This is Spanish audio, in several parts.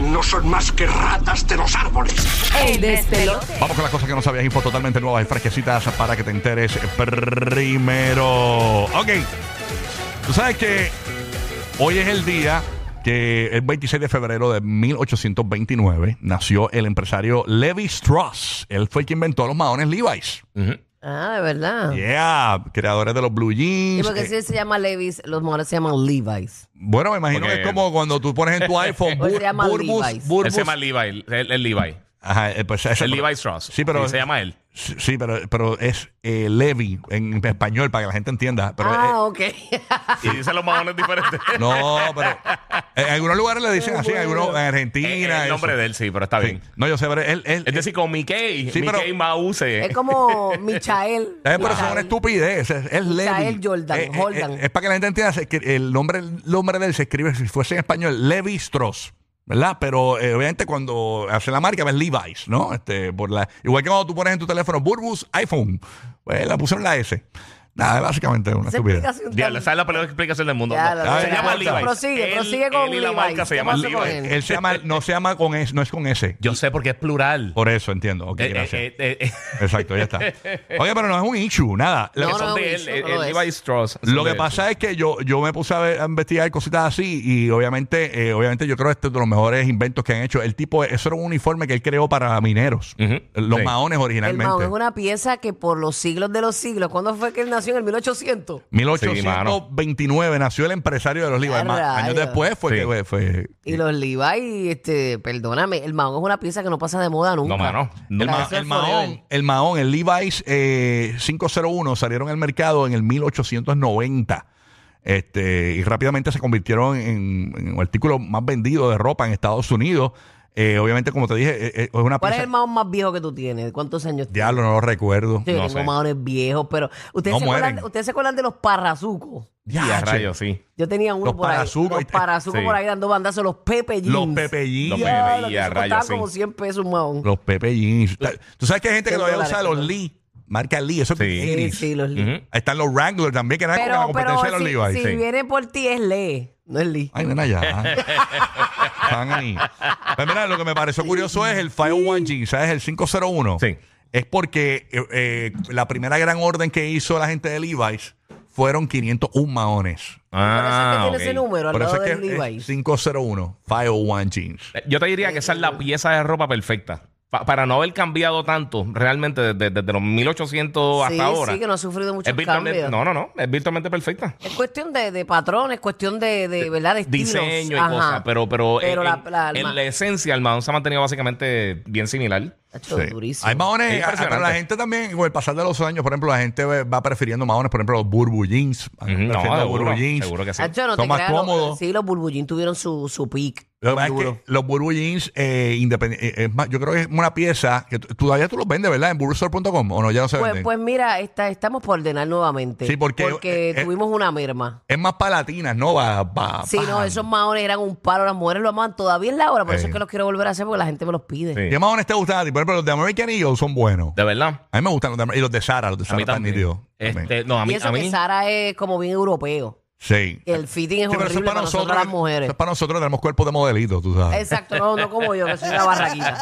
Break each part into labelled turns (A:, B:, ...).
A: No son más que ratas de los árboles.
B: este
C: Vamos con las cosas que no sabías, info totalmente nuevas y fresquecitas para que te enteres primero. Ok, tú sabes que hoy es el día que el 26 de febrero de 1829 nació el empresario Levi Strauss. Él fue el que inventó los maones Levi's.
B: Ah, de verdad.
C: Yeah, creadores de los blue
B: ¿Y
C: jeans.
B: por qué
C: Eh,
B: si se llama Levi's? Los moros se llaman Levi's.
C: Bueno, me imagino
D: Porque-
C: que es como cuando tú pones en tu iPhone
B: Pues se llama
C: Burbus,
B: Levi's.
D: Él
C: Burbus.
D: se llama Levi, el, el Levi.
C: Ajá, eh, pues ese-
D: El Levi Strauss.
C: Sí, pero
D: se llama él.
C: Sí, sí, pero, pero es eh, Levi en español para que la gente entienda. Pero,
B: ah,
C: eh,
B: ok. Ah.
D: Y dice los maones diferentes.
C: no, pero en algunos lugares le dicen así, en, algunos, en Argentina.
D: Eh, el
C: eso.
D: nombre de él, sí, pero está
C: Sí.
D: bien.
C: No, yo sé, pero él. él-
D: Es decir, con Mickey,
C: Sí, pero-
D: Mickey Mause.
B: es como Michael.
C: ¿sabes? Pero eso es una
B: Michael.
C: estupidez. Es, es
B: Michael
C: Levi.
B: Jordan,
C: Eh, eh,
B: Jordan.
C: eh, es para que la gente entienda se escri- el nombre, el nombre de él se escribe, si fuese en español, Levi Strauss. ¿Verdad? Pero eh, obviamente cuando hace la marca ves Levi's, ¿no? Este, por la, igual que cuando tú pones en tu teléfono Burbus iPhone. Pues la pusieron la S. Nada, básicamente una
B: Esa
C: estupidez.
B: explicación tan-
D: Diablo, esa es la peor explicación del mundo.
B: Diablo,
D: No. Se
C: diablo.
D: llama
C: Entonces,
D: Levi.
B: prosigue, prosigue con
D: él y la
B: Levi's.
D: marca se
B: ¿Qué
D: llama
B: pasó con
D: Levi.
B: él?
C: Él se llama, no se llama con S, no es con S.
D: Yo sé porque es plural.
C: Por eso entiendo. Ok,
D: Eh, eh,
C: gracias.
D: eh, eh, eh.
C: Exacto, ya está. Oye, pero no es un issue, nada. Lo,
B: No,
D: Que son
B: no,
D: de él,
B: eso
D: el,
B: no lo
D: el
B: es.
D: Levi Strauss.
B: Pues
C: lo que pasa es que yo, yo me puse a, ver- a investigar cositas así y obviamente, eh, obviamente yo creo que este es de los mejores inventos que han hecho. El tipo, eso era un uniforme que él creó para mineros. eh,
D: Ujú.
C: Los
D: Sí.
C: maones
B: El
C: originalmente.
B: Mahón es una pieza que por los siglos de los siglos. ¿Cuándo fue que él nació? En el 1800.
D: Sí, mano.
C: 1829 nació el empresario de los Levi's. Ma- Años
B: rayos.
C: después fue
D: Sí.
C: que fue- fue
B: Y los Levi's, este, perdóname, el Mahón es una pieza que no pasa de moda nunca.
D: No, mano. No,
C: El,
B: Para
C: ma-
B: eso
C: el
B: es
C: Mahón,
B: forever.
C: el Mahón, el Levi's eh, 501 salieron al mercado en el 1890. Este, y rápidamente se convirtieron en, en el artículo más vendido de ropa en Estados Unidos. Eh, obviamente, como te dije, eh, eh, es una
B: ¿Cuál
C: pieza-
B: es el Mahón más viejo que tú tienes? ¿Cuántos años tienes?
C: Diablo, no lo recuerdo.
B: Yo
D: no
B: tengo
D: sé.
B: Mahones viejos, pero ¿ustedes,
C: No
B: se acuerdan,
C: mueren.
B: ustedes se acuerdan de los parrazucos.
D: Y a
C: Diache.
D: rayos, sí.
B: Yo tenía uno
C: Los
B: por ahí.
C: parrazucos.
B: Los parrazucos
D: Sí.
B: por ahí dando bandazos, los Pepe Jeans.
C: Los Pepe Jeans.
D: Los
B: Ya,
D: Pepe
B: lo que
D: Jeans,
B: eso
D: rayos,
B: costaba
D: sí.
B: como 100 pesos un Mahón.
C: Los Pepe Jeans. Ta- Tú sabes que hay gente que
B: Qué
C: todavía
B: dólares,
C: usa los
B: perdón.
C: Lee, marca Lee, eso es
D: Sí.
B: Sí,
C: 80s.
B: sí, los Lee.
D: Ujú.
C: Ahí Están los Wrangler también, que eran como la
B: Pero,
C: competencia
B: pero
C: de
B: si,
C: los Levi's.
B: si
D: sí.
B: viene por ti es Lee, no es Lee.
C: Ay, nena, ya. Están ahí. Pero mira, lo que me pareció curioso es el 501G, ¿sabes? El 501.
D: Sí.
C: Es porque eh, eh, la primera gran orden que hizo la gente de Levi's fueron 501 maones.
B: por eso es que tiene
D: Ah, ok.
B: ese número al
C: Por eso
B: lado
C: es que
B: del
C: es
B: Levi's.
C: 501, 501 jeans.
D: Eh, Yo te diría que esa es la pieza de ropa perfecta. Pa- para no haber cambiado tanto realmente desde, desde los 1800
B: sí,
D: hasta ahora.
B: sí, que no ha sufrido muchos
D: es virtualmente-
B: cambios.
D: No, no, no. Es virtualmente perfecta.
B: Es cuestión de, de patrones, cuestión de, de ¿verdad? De estilos.
D: Diseño y
B: Ajá.
D: cosas. Pero, pero,
B: Pero
D: en,
B: la- la-
D: en
B: la-
D: la esencia, el Mahón se ha mantenido básicamente bien similar.
B: Hacho,
C: Sí.
B: durísimo.
C: Hay maones,
D: Es
C: ah,
D: impresionante.
C: pero la gente también, con el pasar de los años, por ejemplo, la gente ve- va prefiriendo maones, por ejemplo, los burbu jeans.
D: Ujú,
C: Prefieren
D: No,
C: los
D: seguro,
C: burbu jeans.
D: seguro que sí.
B: Hacho, no
C: Son
B: te
C: más
B: creas, los-
C: cómodos.
B: sí, los burbullín tuvieron su, su peak.
C: Lo que pasa es
B: Duro.
C: que los Burbu Jeans, eh, independ- eh, es más, yo creo que es una pieza que tú- todavía tú los vendes, ¿verdad? En burustore.com o no, ya no se
B: Pues,
C: venden.
B: pues mira, está, estamos por ordenar nuevamente.
C: Sí, porque- eh, Ah, eh,
B: tuvimos una merma.
C: es más para latinas, ¿no? Va, va,
B: Sí, no,
C: pa.
B: esos maones eran un palo. Las mujeres lo aman todavía es la hora. Por eso
C: Eh.
B: es que los quiero volver a hacer porque la gente me los pide.
D: Sí.
C: ¿Qué más honesto te gustan a ti? Por ejemplo, los de American Eagle son buenos.
D: De verdad.
C: A mí me gustan los de Amer- Y los de Sara, los de
D: A
C: Sara
D: mí
C: están
D: también.
C: nítidos. También.
D: Este, no, a mí,
B: y eso
D: a
B: que
D: mí
B: Sara es como bien europeo.
C: Sí.
B: El fitting es
C: Sí, pero
B: horrible para, nosotros, las mujeres.
C: eso es para nosotros, tenemos cuerpo de modelito, tú sabes.
B: Exacto, no, no como yo, que soy una barraquita.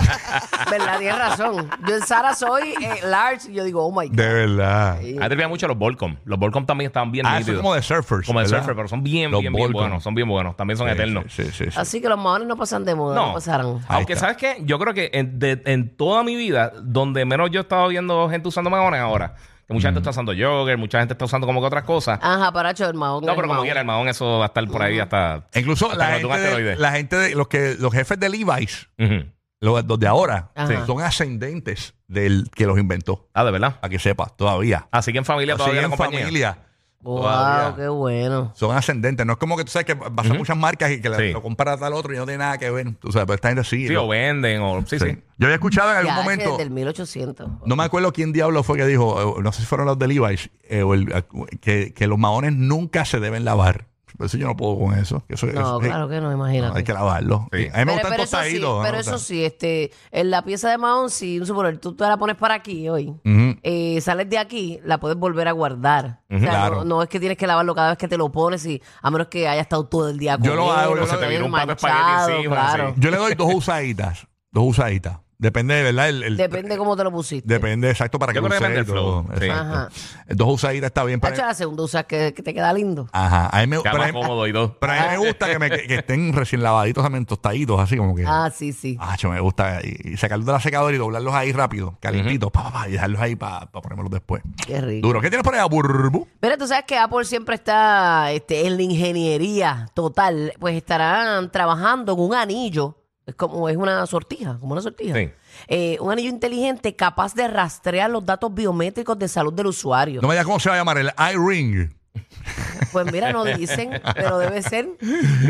B: ¿Verdad? Tienes razón. Yo en Sara soy eh, large y yo digo, oh my God.
C: De verdad.
D: atrevía mucho a los Volcom. Los Volcom también estaban bien
C: Ah, eso es
D: nítidos.
C: como de surfers.
D: Como de
C: ¿verdad?
D: surfer, pero son bien,
C: Los
D: bien, bien
C: Volcom.
D: buenos. Son bien buenos. También son
C: Sí,
D: eternos.
C: Sí, sí, sí, sí.
B: Así que los maones no pasan de moda, no,
D: No.
B: pasaron.
C: Ahí
D: Aunque,
C: está.
D: ¿sabes qué? Yo creo que en, de- en toda mi vida, donde menos yo he estado viendo gente usando mahones ahora, que mucha gente está usando jogger, mucha gente está usando como que otras cosas.
B: Ajá, paracho, el mahón.
D: no,
B: el
D: pero como
B: mahón.
D: quiera, el mahón eso va a estar por ahí hasta...
C: E Incluso
D: Hasta
C: la
D: que nos
C: gente,
D: toque un
C: de,
D: asteroide.
C: la gente de- los, que, los jefes de Levi's,
D: Ujú.
C: los, los de ahora,
B: Ajá.
C: son ascendentes del que los inventó.
D: Ah, de verdad.
C: para que sepas, todavía.
D: Así que en familia
C: Así
D: todavía la
C: en
D: compañía.
C: Ah, familia.
B: Wow,
D: Todavía.
B: qué bueno.
C: Son ascendentes. No es como que tú sabes que vas a muchas marcas y que la-
D: Sí.
C: lo compras a tal otro y no tiene nada que ver. Tú sabes, pero esta gente sí.
D: Sí,
C: ¿no?
D: o venden, o. Sí, sí.
C: Sí. Yo había escuchado en algún
B: Ya,
C: momento.
B: Desde el 1800.
C: No me acuerdo quién diablo fue que dijo, eh, no sé si fueron los de Levi's, eh, o el- eh, que, que los maones nunca se deben lavar. Por eso yo no puedo con eso. que eso-
B: No,
C: eso-
B: claro que no,
C: no,
B: imagínate.
C: hay que lavarlo.
D: Sí.
C: A mí me
B: pero,
C: gustan
B: pero eso sí,
C: tostaditos.
B: pero
C: me
B: eso
C: gustan.
B: sí, este, en la pieza de Mahon, si un suponer, tú te la pones para aquí hoy,
C: Ujú.
B: eh, sales de aquí, la puedes volver a guardar.
D: Ujú,
B: O sea,
C: claro.
B: no, no es que tienes que lavarlo cada vez que te lo pones, y, a menos que haya estado todo el día con
C: Yo lo
B: él,
C: hago,
B: o
C: se
B: lo
C: te
D: vira
B: hayas
D: un plato de espagueti
B: manchado,
D: encima,
B: claro.
D: sí.
C: Yo le doy dos usaditas. Dos usaditas. Depende, ¿verdad? El, el-
B: Depende cómo te lo pusiste.
C: depende, exacto, para que
D: Yo creo que
C: use
D: depende del
C: y todo.
D: flow, sí.
C: Exacto. Dos usaditas está bien
B: Hacha,
C: para...
B: la segunda, o sea, que, que te queda lindo.
C: Ajá. A mí me,
D: Está
C: pero a
D: más
C: mí-
D: cómodo y dos.
C: pero a mí me gusta que, me- que- que estén recién lavaditos también, tostaditos, así como que...
B: Ah, sí, sí.
C: Ah, yo me gusta. Y, y sacarlos de la secadora y doblarlos ahí rápido, calentitos, pa, pa, pa, y dejarlos ahí para ponérmelos después.
B: Qué rico.
C: Duro. ¿Qué tienes por allá, Burbu?
B: Pero tú sabes que Apple siempre está este, en la ingeniería total. Pues estarán trabajando con un anillo. Es como es una sortija, como una sortija.
D: Sí.
B: Eh, un anillo inteligente capaz de rastrear los datos biométricos de salud del usuario.
C: No me digas cómo se va a llamar el iRing.
B: Pues mira, no dicen, pero debe ser.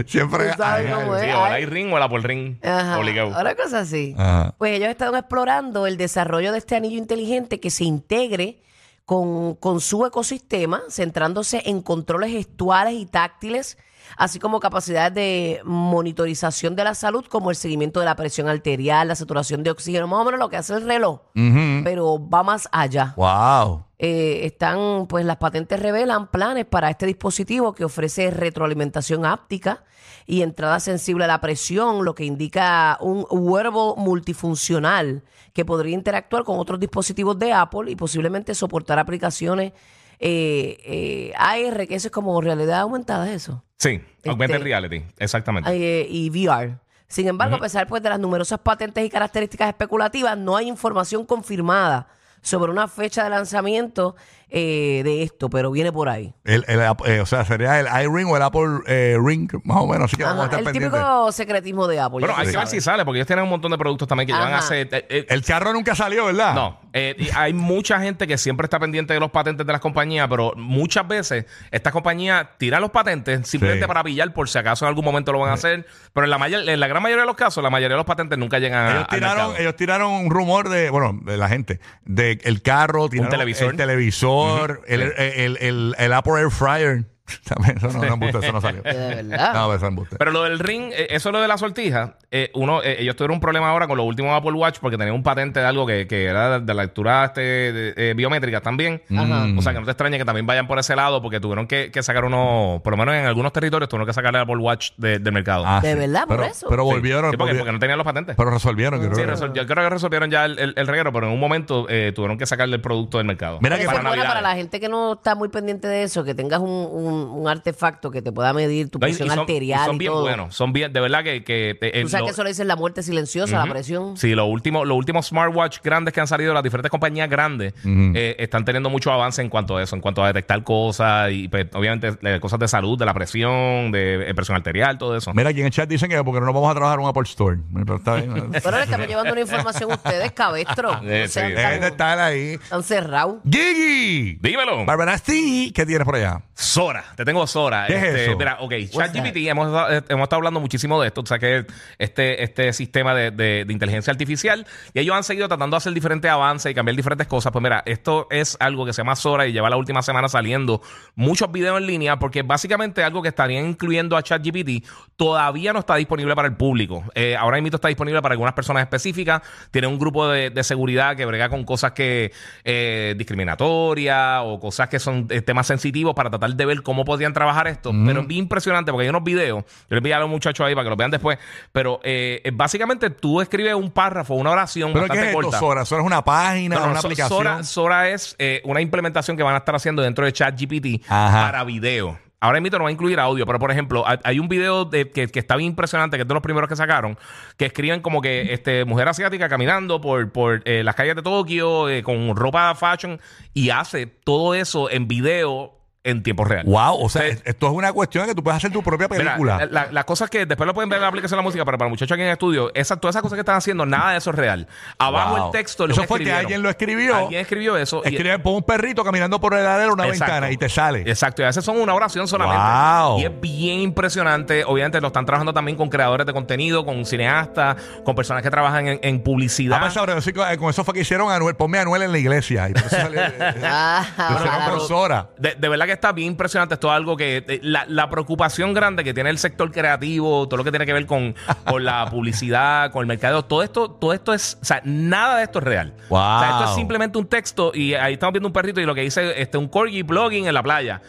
C: Siempre.
B: Tú sabes
C: ay,
B: cómo
C: ay.
B: es.
D: Sí, o la iRing o la Apple Ring.
B: Ajá,
D: Obligado.
B: Una cosa así.
C: Ajá.
B: Pues ellos están explorando el desarrollo de este anillo inteligente que se integre con, con su ecosistema, centrándose en controles gestuales y táctiles, así como capacidades de monitorización de la salud, como el seguimiento de la presión arterial, la saturación de oxígeno, más o menos lo que hace el reloj,
C: Ujú.
B: pero va más allá.
C: Wow.
B: Eh, están, pues las patentes revelan planes para este dispositivo que ofrece retroalimentación áptica y entrada sensible a la presión, lo que indica un wearable multifuncional que podría interactuar con otros dispositivos de Apple y posiblemente soportar aplicaciones eh, eh, AR, que eso es como realidad aumentada, eso.
D: Sí, augmented
B: Este-
D: reality. Exactamente.
B: Eh, y VR. Sin embargo, a pesar pues, de las numerosas patentes y características especulativas, no hay información confirmada sobre una fecha de lanzamiento eh, de esto, pero viene por ahí.
C: El, el App- eh, o sea, sería el iRing o el Apple eh, Ring, más o menos. Así que vamos a
B: Ajá,
C: estar
B: el
C: pendientes.
B: típico secretismo de Apple.
D: Bueno,
B: ya
D: hay
B: tú
D: que ver si
B: sabes.
D: sale, porque ellos tienen un montón de productos también que llevan
B: Ajá.
D: hace. eh, eh,
C: El carro nunca salió, ¿verdad?
D: No, eh, y hay mucha gente que siempre está pendiente de los patentes de las compañías, pero muchas veces estas compañías tiran los patentes simplemente
C: Sí.
D: para pillar por si acaso en algún momento lo van a hacer, pero en la, mayor- en la gran mayoría de los casos, la mayoría de los patentes nunca llegan a
C: Ellos tiraron, ellos tiraron un rumor de, bueno, de la gente, de el carro, tiraron
D: televisor.
C: el televisor, el,
D: Sí.
C: el- el- el- el Apple Air Fryer. También, eso no, no, embuste, eso no salió.
B: De verdad.
C: No, eso no embuste.
D: Pero lo del ring, eh, eso lo de la sortija, eh, uno, eh, ellos tuvieron un problema ahora con los últimos Apple Watch porque tenían un patente de algo que, que era de la lectura este, de- eh, biométrica también.
B: Ajá.
D: O sea, que no te extrañe que también vayan por ese lado porque tuvieron que, que sacar unos, por lo menos en algunos territorios, tuvieron que sacar el Apple Watch de- del mercado.
C: Ah,
B: De
C: sí.
B: verdad, por
C: Pero-
B: eso.
C: Pero
D: Sí.
C: volvieron,
D: Sí, porque,
C: volvi-
D: porque no tenían los patentes.
C: pero resolvieron. yo creo
D: Sí,
C: que-
D: resol- yo creo que resolvieron ya el, el- el reguero, pero en un momento eh, tuvieron que sacarle el producto del mercado.
B: Pero
C: Mira que
B: eso es buena
D: Navidades.
B: para la gente que no está muy pendiente de eso, que tengas un, un- un artefacto que te pueda medir tu
D: No, y- y
B: presión
D: son-
B: arterial.
D: y
B: Y
D: son bien
B: todo.
D: buenos, son bien, de verdad que... que eh,
B: Tú sabes
D: lo-
B: que eso le dicen la muerte silenciosa, la presión.
D: Sí, los últimos los últimos smartwatch grandes que han salido, las diferentes compañías grandes, eh, están teniendo mucho avance en cuanto a eso, en cuanto a detectar cosas y pues, obviamente eh, cosas de salud, de la presión, de eh, presión arterial, todo eso.
C: Mira, aquí en el chat dicen que porque no nos vamos a trabajar en un Apple Store. Pero está bien.
B: Pero le estamos llevando una información a ustedes, cabestro.
D: Eh,
B: No sean
D: sí.
C: Dejen de
B: tan,
C: estar ahí.
B: tan cerrados.
C: ¡Gigi!
D: Dímelo.
C: Barbarasti, ¿qué tienes por allá?
D: Sora, te tengo Sora.
C: ¿Qué es
D: Este,
C: eso?
D: Mira, ok,
B: What's
D: ChatGPT, hemos, eh, hemos estado hablando muchísimo de esto, o sea que es este, este sistema de, de- de inteligencia artificial y ellos han seguido tratando de hacer diferentes avances y cambiar diferentes cosas. Pues mira, esto es algo que se llama Sora y lleva la última semana saliendo muchos videos en línea porque básicamente algo que estarían incluyendo a ChatGPT todavía no está disponible para el público. Eh, ahora mismo está disponible para algunas personas específicas, tiene un grupo de, de seguridad que brega con cosas que eh, discriminatorias o cosas que son eh, temas sensitivos para tratar de ver cómo podían trabajar esto. Pero es bien impresionante porque hay unos videos, yo les voy a los muchachos ahí para que los vean después, pero eh, eh, básicamente tú escribes un párrafo, una oración
C: ¿Pero qué
D: bastante
C: es esto,
D: corta.
C: Sora? ¿Sora es una página,
D: No, no,
C: una
D: So-
C: aplicación?
D: Sora, Sora es eh, una implementación que van a estar haciendo dentro de ChatGPT
C: Ajá.
D: para video. Ahora mismo no va a incluir audio, pero por ejemplo, hay- hay un video de- que, que está bien impresionante, que es de los primeros que sacaron, que escriben como que este, mujer asiática caminando por, por eh, las calles de Tokio eh, con ropa fashion y hace todo eso en video en tiempo real.
C: Wow, o sea, es- esto es una cuestión de que tú puedes hacer tu propia
D: Mira,
C: película.
D: la- la- las cosas que después lo pueden ver en la aplicación de la música, pero para muchachos aquí en el estudio, esas, todas esas cosas que están haciendo, nada de eso es real. Abajo
C: Wow.
D: el texto, lo
C: Eso fue que
D: escribieron.
C: alguien lo escribió.
D: Alguien escribió eso. y-
C: Escribe, pon un perrito caminando por el área de una
D: Exacto.
C: ventana y te sale.
D: Exacto, y a veces son una oración solamente.
C: Wow.
D: Y es bien impresionante. Obviamente lo están trabajando también con creadores de contenido, con cineastas, con personas que trabajan en, en publicidad.
C: Ah, pues, ahora, sí, con con eso fue que hicieron a Anuel. Ponme a Anuel en la iglesia. Y por eso salió, eh,
B: Ah,
C: hicieron
B: claro.
C: profesora.
D: De, de verdad que está bien impresionante. Esto es algo que. eh, la, la preocupación grande que tiene el sector creativo, todo lo que tiene que ver con, con la publicidad, con el mercado, todo esto, todo esto es. O sea, nada de esto es real.
C: Wow.
D: O sea, esto es simplemente un texto y ahí estamos viendo un perrito y lo que dice este, un corgi blogging en la playa.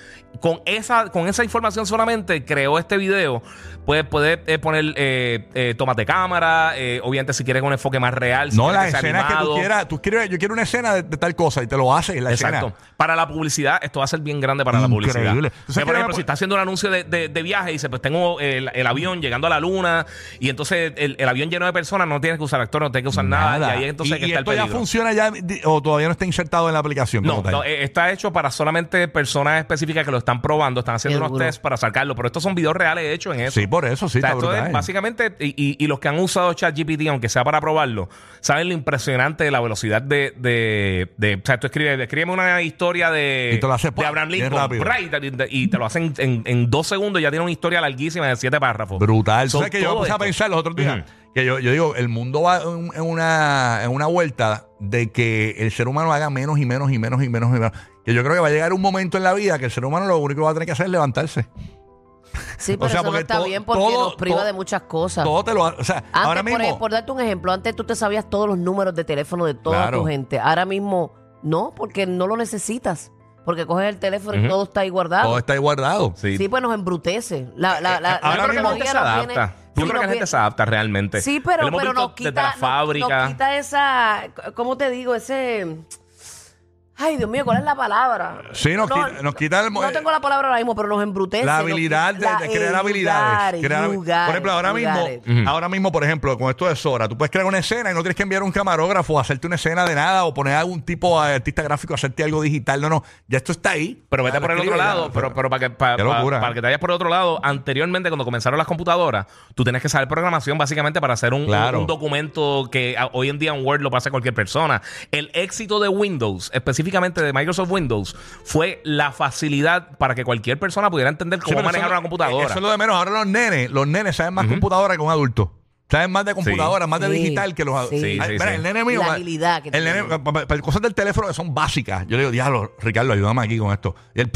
D: Con esa, con esa información solamente creó este video. Puedes poder eh, poner eh, eh, tomas de cámara, eh, obviamente si quieres un enfoque más real. si
C: No,
D: quieres
C: las
D: sea
C: escenas que tú
D: animado.
C: quieras. Tú quieres, yo quiero una escena de, de tal cosa y te lo haces en la
D: Exacto.
C: escena.
D: Para la publicidad, esto va a ser bien grande para
C: Increíble.
D: la publicidad.
C: ¿Tú sabes
D: O sea,
C: que
D: por
C: era
D: ejemplo,
C: una-
D: si está haciendo un anuncio de, de- de viaje y dice, pues tengo el, el avión llegando a la luna y entonces el, el avión lleno de personas, no tienes que usar actor, no tienes que usar nada. Ah, Y ahí entonces
C: Y-
D: que
C: y
D: está el
C: esto ya
D: peligro.
C: funciona ya di- o todavía no está insertado en la aplicación.
D: No,
C: como tal.
D: no, eh, está hecho para solamente personas específicas que lo están probando, están haciendo
B: Qué
D: unos
B: duro.
D: tests para sacarlo, pero estos son videos reales hechos en eso.
C: sí, por eso sí.
D: O sea,
C: está
D: esto es
C: brutal.
D: básicamente, y, y- y los que han usado ChatGPT, aunque sea para probarlo, saben lo impresionante de la velocidad de. de, de- o sea, tú escribes, escríbeme una historia de,
C: Y te lo hace,
D: de Abraham
C: bien
D: Lincoln,
C: rápido.
D: bra, y te- y te lo hacen en, en dos segundos, ya tiene una historia larguísima de siete párrafos.
C: Brutal.
D: Son
C: ¿Sabes que yo me
D: todo
C: puse a
D: esto.
C: pensar los otros días?
D: Ujú.
C: Que yo, yo digo, el mundo va en, en una, en una vuelta de que el ser humano haga menos y menos y menos y menos y menos. Que yo creo que va a llegar un momento en la vida que el ser humano lo único que va a tener que hacer es levantarse.
B: Sí,
C: O
B: pero
C: sea,
B: eso no
C: porque
B: está
C: todo-
B: bien porque
C: todo-
B: nos priva
C: todo-
B: de muchas cosas.
C: Todo te lo ha- O sea,
B: Antes,
C: ahora
B: Ah, pues por,
C: mismo.
B: por darte un ejemplo, antes tú te sabías todos los números de teléfono de toda
C: Claro.
B: tu gente. Ahora mismo no, porque no lo necesitas. Porque coges el teléfono y
D: Ujú. Oh,
B: todo está ahí guardado.
C: todo está ahí guardado.
D: Sí.
B: Sí, pues nos embrutece. La, la, la,
D: Ahora
B: la
D: creo que la gente
B: tecnología
D: se
B: nos
D: adapta.
B: viene-
D: Yo
B: sí,
D: creo
B: nos
D: que la gente
B: viene-
D: se adapta realmente.
B: Sí, pero,
D: Lo Este, hemos
B: pero
D: visto
B: nos quita,
D: desde la
B: nos-
D: fábrica.
B: nos quita esa, ¿cómo te digo? Ese, ay Dios mío, ¿cuál es la palabra?
C: Sí, nos quita- nos quita el mo-
B: No tengo la palabra ahora mismo, pero nos embrutece.
C: La
B: nos
C: habilidad de,
B: quita-
C: de
B: la-
C: crear
B: el
C: habilidades.
B: lugar,
C: crear habi-
B: lugar,
C: por ejemplo, ahora mismo,
B: lugares.
D: Ujú.
C: ahora mismo, por ejemplo, con esto de Sora, tú puedes crear una escena y no tienes que enviar un camarógrafo a hacerte una escena de nada o poner a algún tipo de artista gráfico a hacerte algo digital. No, no, ya esto está ahí.
D: Pero vete
C: Ya lo
D: por el otro
C: escribe, ya,
D: lado, pero, pero para, que, pa-
C: Qué
D: pa-
C: locura. eh.
D: para que te vayas por el otro lado, anteriormente cuando comenzaron las computadoras, tú tenías que saber programación básicamente para hacer un,
C: Claro.
D: un- un documento que a- hoy en día en Word lo pasa cualquier persona. El éxito de Windows, específicamente de Microsoft Windows, fue la facilidad para que cualquier persona pudiera entender
C: Sí,
D: cómo
C: pero
D: manejar
C: eso-
D: una computadora.
C: Eso es lo de menos. Ahora los nenes, los nenes saben más computadora que un adulto. Saben más de computadora, más de
B: Sí,
C: digital que los adultos.
B: sí. Sí,
D: sí,
C: mira,
D: sí.
C: el nene mío.
B: La
C: ma-
B: habilidad que
C: el nene,
B: tiene.
C: pa- pa- pa- cosas del teléfono que son básicas. Yo le digo, diablo, Ricardo, ayúdame aquí con esto. Y él,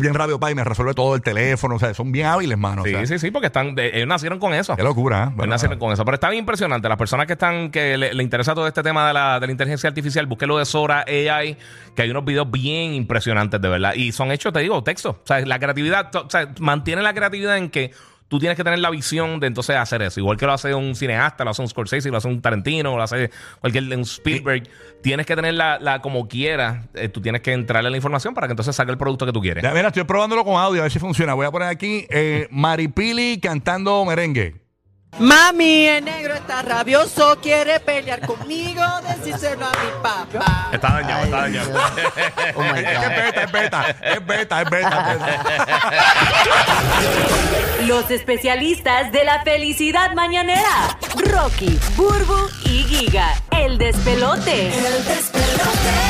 C: bien rápido, pa, y me resuelve todo el teléfono. O sea, son bien hábiles, mano.
D: sí,
C: o sea,
D: sí, sí, porque están, de- ellos nacieron con eso.
C: Qué locura, ¿eh?
D: Bueno,
C: Bueno,
D: nacieron con eso. Pero está bien impresionante. Las personas que están, que le, le interesa todo este tema de la, de la inteligencia artificial, busquen lo de Sora AI, que hay unos videos bien impresionantes, de verdad. Y son hechos, te digo, texto. O sea, la creatividad, to- o sea, mantiene la creatividad en que tú tienes que tener la visión de entonces hacer eso. Igual que lo hace un cineasta, lo hace un Scorsese, lo hace un Tarantino, lo hace cualquier un Spielberg. Tienes que tener la, la- como quieras, eh, tú tienes que entrarle la información para que entonces saque el producto que tú quieres.
C: Ya, mira, estoy probándolo con audio, a ver si funciona. Voy a poner aquí eh, Maripili cantando merengue.
E: Mami, el negro está rabioso, quiere pelear conmigo, decírselo a mi papá.
D: Está dañado,
B: Ay,
D: está
B: Dios.
D: dañado.
B: Oh my
C: Es que es
B: God.
C: beta, es beta, es beta, es beta. es beta.
F: Los especialistas de la felicidad mañanera. Rocky, Burbu y Giga. El despelote.